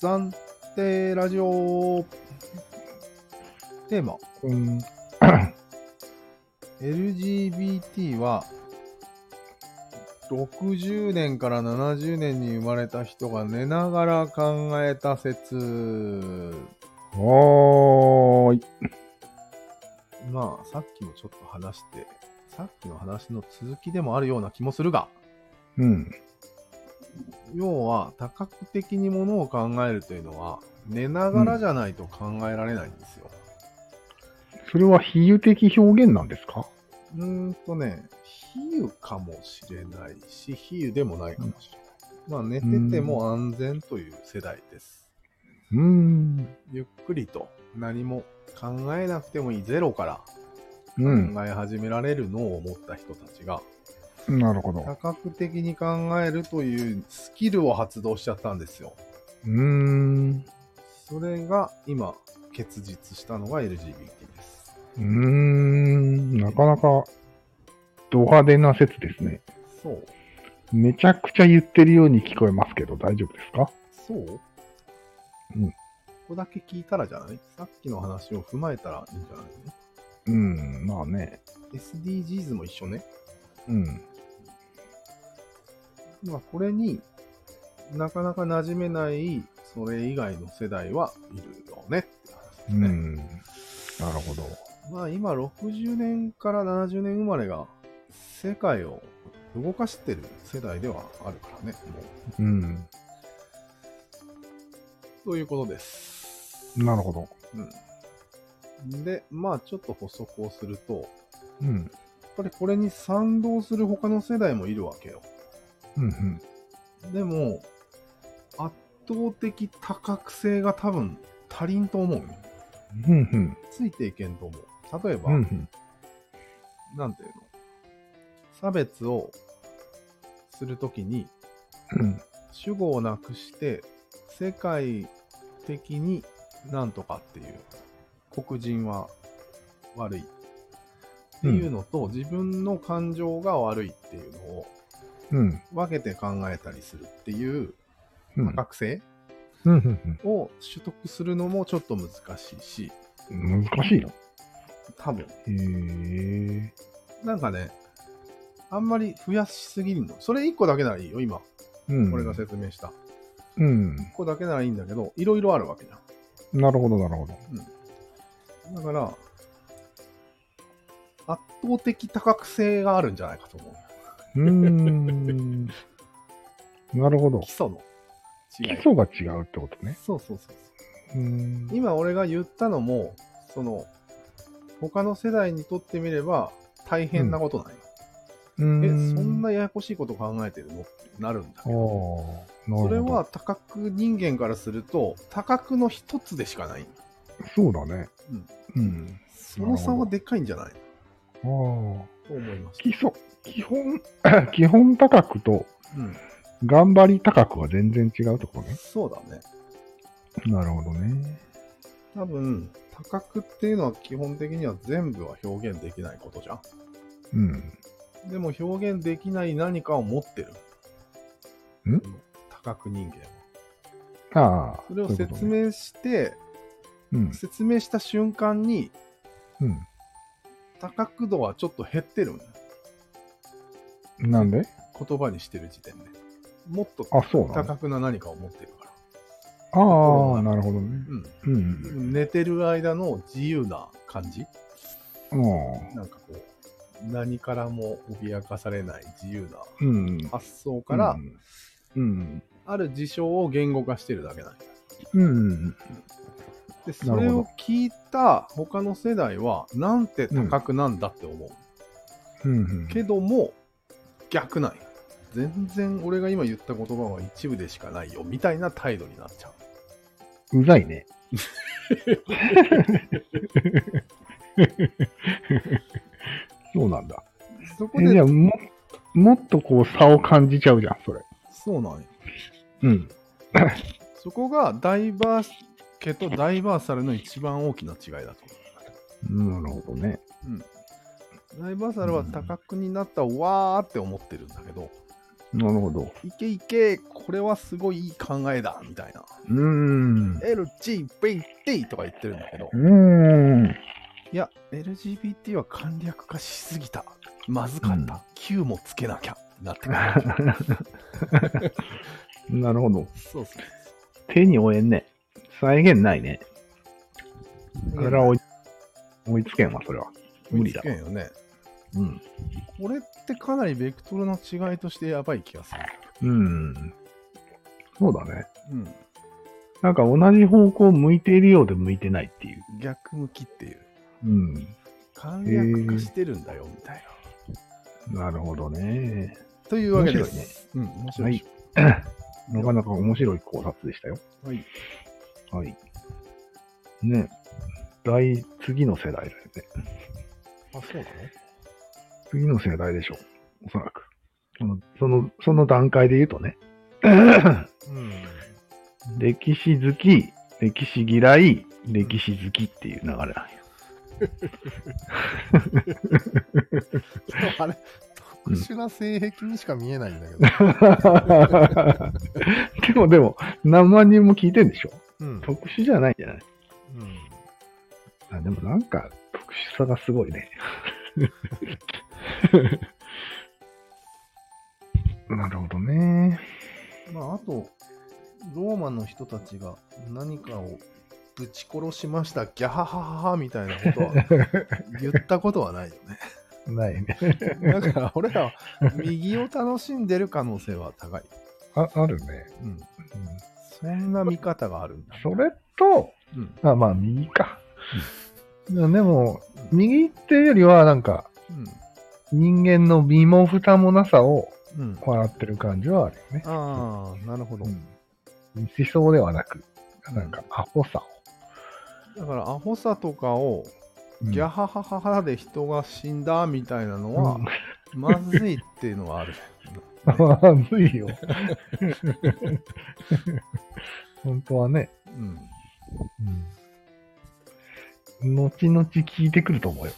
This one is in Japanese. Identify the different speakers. Speaker 1: 暫定ラジオテーマ、
Speaker 2: うん
Speaker 1: LGBT は60年から70年に生まれた人が寝ながら考えた説。
Speaker 2: はーい。
Speaker 1: まあ、さっきもちょっと話して、さっきの話の続きでもあるような気もするが、
Speaker 2: うん。
Speaker 1: 要は多角的にものを考えるというのは、寝ながらじゃないと考えられないんですよ。
Speaker 2: それは比喩的表現なんですか
Speaker 1: うーんとね、比喩かもしれないし、比喩でもないかもしれない。まあ、寝てても安全という世代です。
Speaker 2: うーん。
Speaker 1: ゆっくりと何も考えなくてもいいゼロから
Speaker 2: うん。
Speaker 1: 考え始められるのを持った人たちが、
Speaker 2: なるほど。
Speaker 1: 多角的に考えるというスキルを発動しちゃったんですよ。
Speaker 2: うーん。
Speaker 1: それが今、結実したのが LGBT です。
Speaker 2: うーん。なかなか、ド派手な説ですね。
Speaker 1: そう
Speaker 2: めちゃくちゃ言ってるように聞こえますけど、大丈夫ですか
Speaker 1: そう
Speaker 2: うん
Speaker 1: ここだけ聞いたらじゃないさっきの話を踏まえたらいいんじゃないの
Speaker 2: うん。まあね。
Speaker 1: SDGs も一緒ね。
Speaker 2: うん。
Speaker 1: まあ、これになかなか馴染めない、それ以外の世代はいるよねって話です
Speaker 2: う
Speaker 1: ね。
Speaker 2: ん。なるほど。
Speaker 1: まあ、今、60年から70年生まれが世界を動かしてる世代ではあるからね。もう
Speaker 2: うん。
Speaker 1: ということです。
Speaker 2: なるほど。
Speaker 1: うん、で、まあ、ちょっと補足をすると、やっ
Speaker 2: うん。
Speaker 1: ぱりこれに賛同する他の世代もいるわけよ。
Speaker 2: うんうん。
Speaker 1: でも、圧倒的多角性が多分足りんと思うよ。
Speaker 2: うんうん。
Speaker 1: ついていけんと思う。例えば、
Speaker 2: うんうん。
Speaker 1: なんていうの差別をするときに、
Speaker 2: うん。
Speaker 1: 主語をなくして、世界的になんとかっていう、黒人は悪いっていうのと、自分の感情が悪いっていうのを
Speaker 2: うん。
Speaker 1: 分けて考えたりするっていう
Speaker 2: うん。
Speaker 1: 多角性
Speaker 2: うんうん
Speaker 1: を取得するのもちょっと難しいし、
Speaker 2: うん。難しいの
Speaker 1: 多分、
Speaker 2: へえ。
Speaker 1: なんかね、あんまり増やしすぎるの。それ1個だけならいいよ、今。
Speaker 2: うん。
Speaker 1: 俺が説明した。
Speaker 2: うん。
Speaker 1: 1個だけならいいんだけど、いろいろあるわけじゃ
Speaker 2: なるほど、なるほど。
Speaker 1: ん。だから、圧倒的多角性があるんじゃないかと思う。
Speaker 2: うーん。なるほど
Speaker 1: 基。礎の違
Speaker 2: 基
Speaker 1: い。
Speaker 2: 礎が違うってことね。
Speaker 1: そうそうそう
Speaker 2: うーん。
Speaker 1: 今俺が言ったのも、その、他の世代にとってみれば大変なことなんよ。
Speaker 2: うーん
Speaker 1: え、そん。なややこしいこと考えてるのってなるんだ
Speaker 2: あ
Speaker 1: けど。。
Speaker 2: あなるほど
Speaker 1: それは、多角人間からすると多角の一つでしかない
Speaker 2: そうだね。うん。
Speaker 1: その差はでかいんじゃない
Speaker 2: ああ。
Speaker 1: と思いまし
Speaker 2: 基礎、基本、 基本多角と
Speaker 1: た、うん、
Speaker 2: 頑張り多角は全然違うってことね。
Speaker 1: そうだね
Speaker 2: なるほどね。
Speaker 1: 多分多角っていうのは基本的には全部は表現できないことじゃ
Speaker 2: うん。
Speaker 1: んでも表現できない何かを持ってる
Speaker 2: ん
Speaker 1: 多角人間は
Speaker 2: ああ。
Speaker 1: それを
Speaker 2: ういうこと
Speaker 1: 説
Speaker 2: ね。
Speaker 1: 明して、
Speaker 2: うん。
Speaker 1: 説明した瞬間に多角度はちょっと減ってるんよ
Speaker 2: うん。なんで
Speaker 1: 言葉にしてる時点でもっと
Speaker 2: あ、そうな
Speaker 1: 多
Speaker 2: の
Speaker 1: 角な何かを持ってるから
Speaker 2: ああ、なるほどね。
Speaker 1: うん
Speaker 2: うん。
Speaker 1: 寝てる間の自由な感じ
Speaker 2: うん。
Speaker 1: なんかこう何からも脅かされない自由な
Speaker 2: うん。
Speaker 1: 発想から、
Speaker 2: うんうん。
Speaker 1: ある事象を言語化してるだけなんや
Speaker 2: うん。
Speaker 1: でそれ
Speaker 2: なる
Speaker 1: を
Speaker 2: ほ
Speaker 1: 聞いた他の世代はなんて多角なんだって思う、
Speaker 2: うん。
Speaker 1: けども逆なんや全然俺が今言った言葉は一部でしかないよみたいな態度になっちゃう
Speaker 2: うざいね。そうなんだ。
Speaker 1: そこ
Speaker 2: えじ
Speaker 1: で
Speaker 2: ゃあも、もっとこう差を感じちゃうじゃん、それ。
Speaker 1: そうなんや
Speaker 2: うん。
Speaker 1: そこがダイバーシ家とダイバーサルの一番大きな違いだと思う
Speaker 2: なるほどね。
Speaker 1: ダイバーサルは多角になったわーって思ってるんだけど、
Speaker 2: なるほど。
Speaker 1: いけいけ、これはすごいいい考えだみたいな。
Speaker 2: うーん。
Speaker 1: LGBT とか言ってるんだけど
Speaker 2: う、ーん。
Speaker 1: いや、LGBT は簡略化しすぎた。まずかった。Q もつけなきゃ。な ってくる。
Speaker 2: なるほど。
Speaker 1: そうそう
Speaker 2: 手に負えんね。再現ないね。
Speaker 1: そう。
Speaker 2: それは追い追いつけんわ、それは。無理だ
Speaker 1: 追いつけんよね。
Speaker 2: うん。
Speaker 1: これってかなりベクトルの違いとしてやばい気がする。
Speaker 2: うん。そうだね。
Speaker 1: うん。
Speaker 2: なんか同じ方向向いているようで向いてないっていう。
Speaker 1: 逆向きっていう。
Speaker 2: うん。
Speaker 1: 簡略化してるんだよ、みたいな。
Speaker 2: なるほどね。
Speaker 1: というわけで
Speaker 2: 面白いね
Speaker 1: す。うん、面白。
Speaker 2: はいい。なかなか面白い考察でしたよ。
Speaker 1: はい。
Speaker 2: はい。ね。大、次の世代だよね。
Speaker 1: あ、そうだね。
Speaker 2: 次の世代でしょう。おそらく。その、その、その段階で言うとね。
Speaker 1: うん。
Speaker 2: 歴史好き、歴史嫌い、歴史好きっていう流れ なんよ。
Speaker 1: あれ、特殊な性癖にしか見えないんだけど。
Speaker 2: でもでも、何万人も聞いてんでしょ
Speaker 1: うん。
Speaker 2: 特殊じゃないんじゃな
Speaker 1: う
Speaker 2: い
Speaker 1: ん
Speaker 2: あでもなんか特殊さがすごいね。 なるほどね。
Speaker 1: まあ、あと、ローマの人たちが何かをぶち殺しました、ギャハハハハみたいなこと は言ったことはないよね。
Speaker 2: ないね。
Speaker 1: だから、俺らは右を楽しんでる可能性は高い。
Speaker 2: ああるね、
Speaker 1: うん。
Speaker 2: うん
Speaker 1: そんな見方があるんだ。
Speaker 2: それと、
Speaker 1: うん。
Speaker 2: あまあ右か。でも、右っていうよりはなんか人間の身も蓋もなさを
Speaker 1: うん。うん。
Speaker 2: 笑ってる感じはあるよね。
Speaker 1: ああ、なるほど。
Speaker 2: 思想ではなく、なんかアホさを。
Speaker 1: だから、アホさとかを、
Speaker 2: うん
Speaker 1: ギャハハハハで人が死んだみたいなのは、
Speaker 2: うん
Speaker 1: まずいっていうのはある。
Speaker 2: まずいよ。本当はね、
Speaker 1: うん。
Speaker 2: 後々聞いてくると思うよ。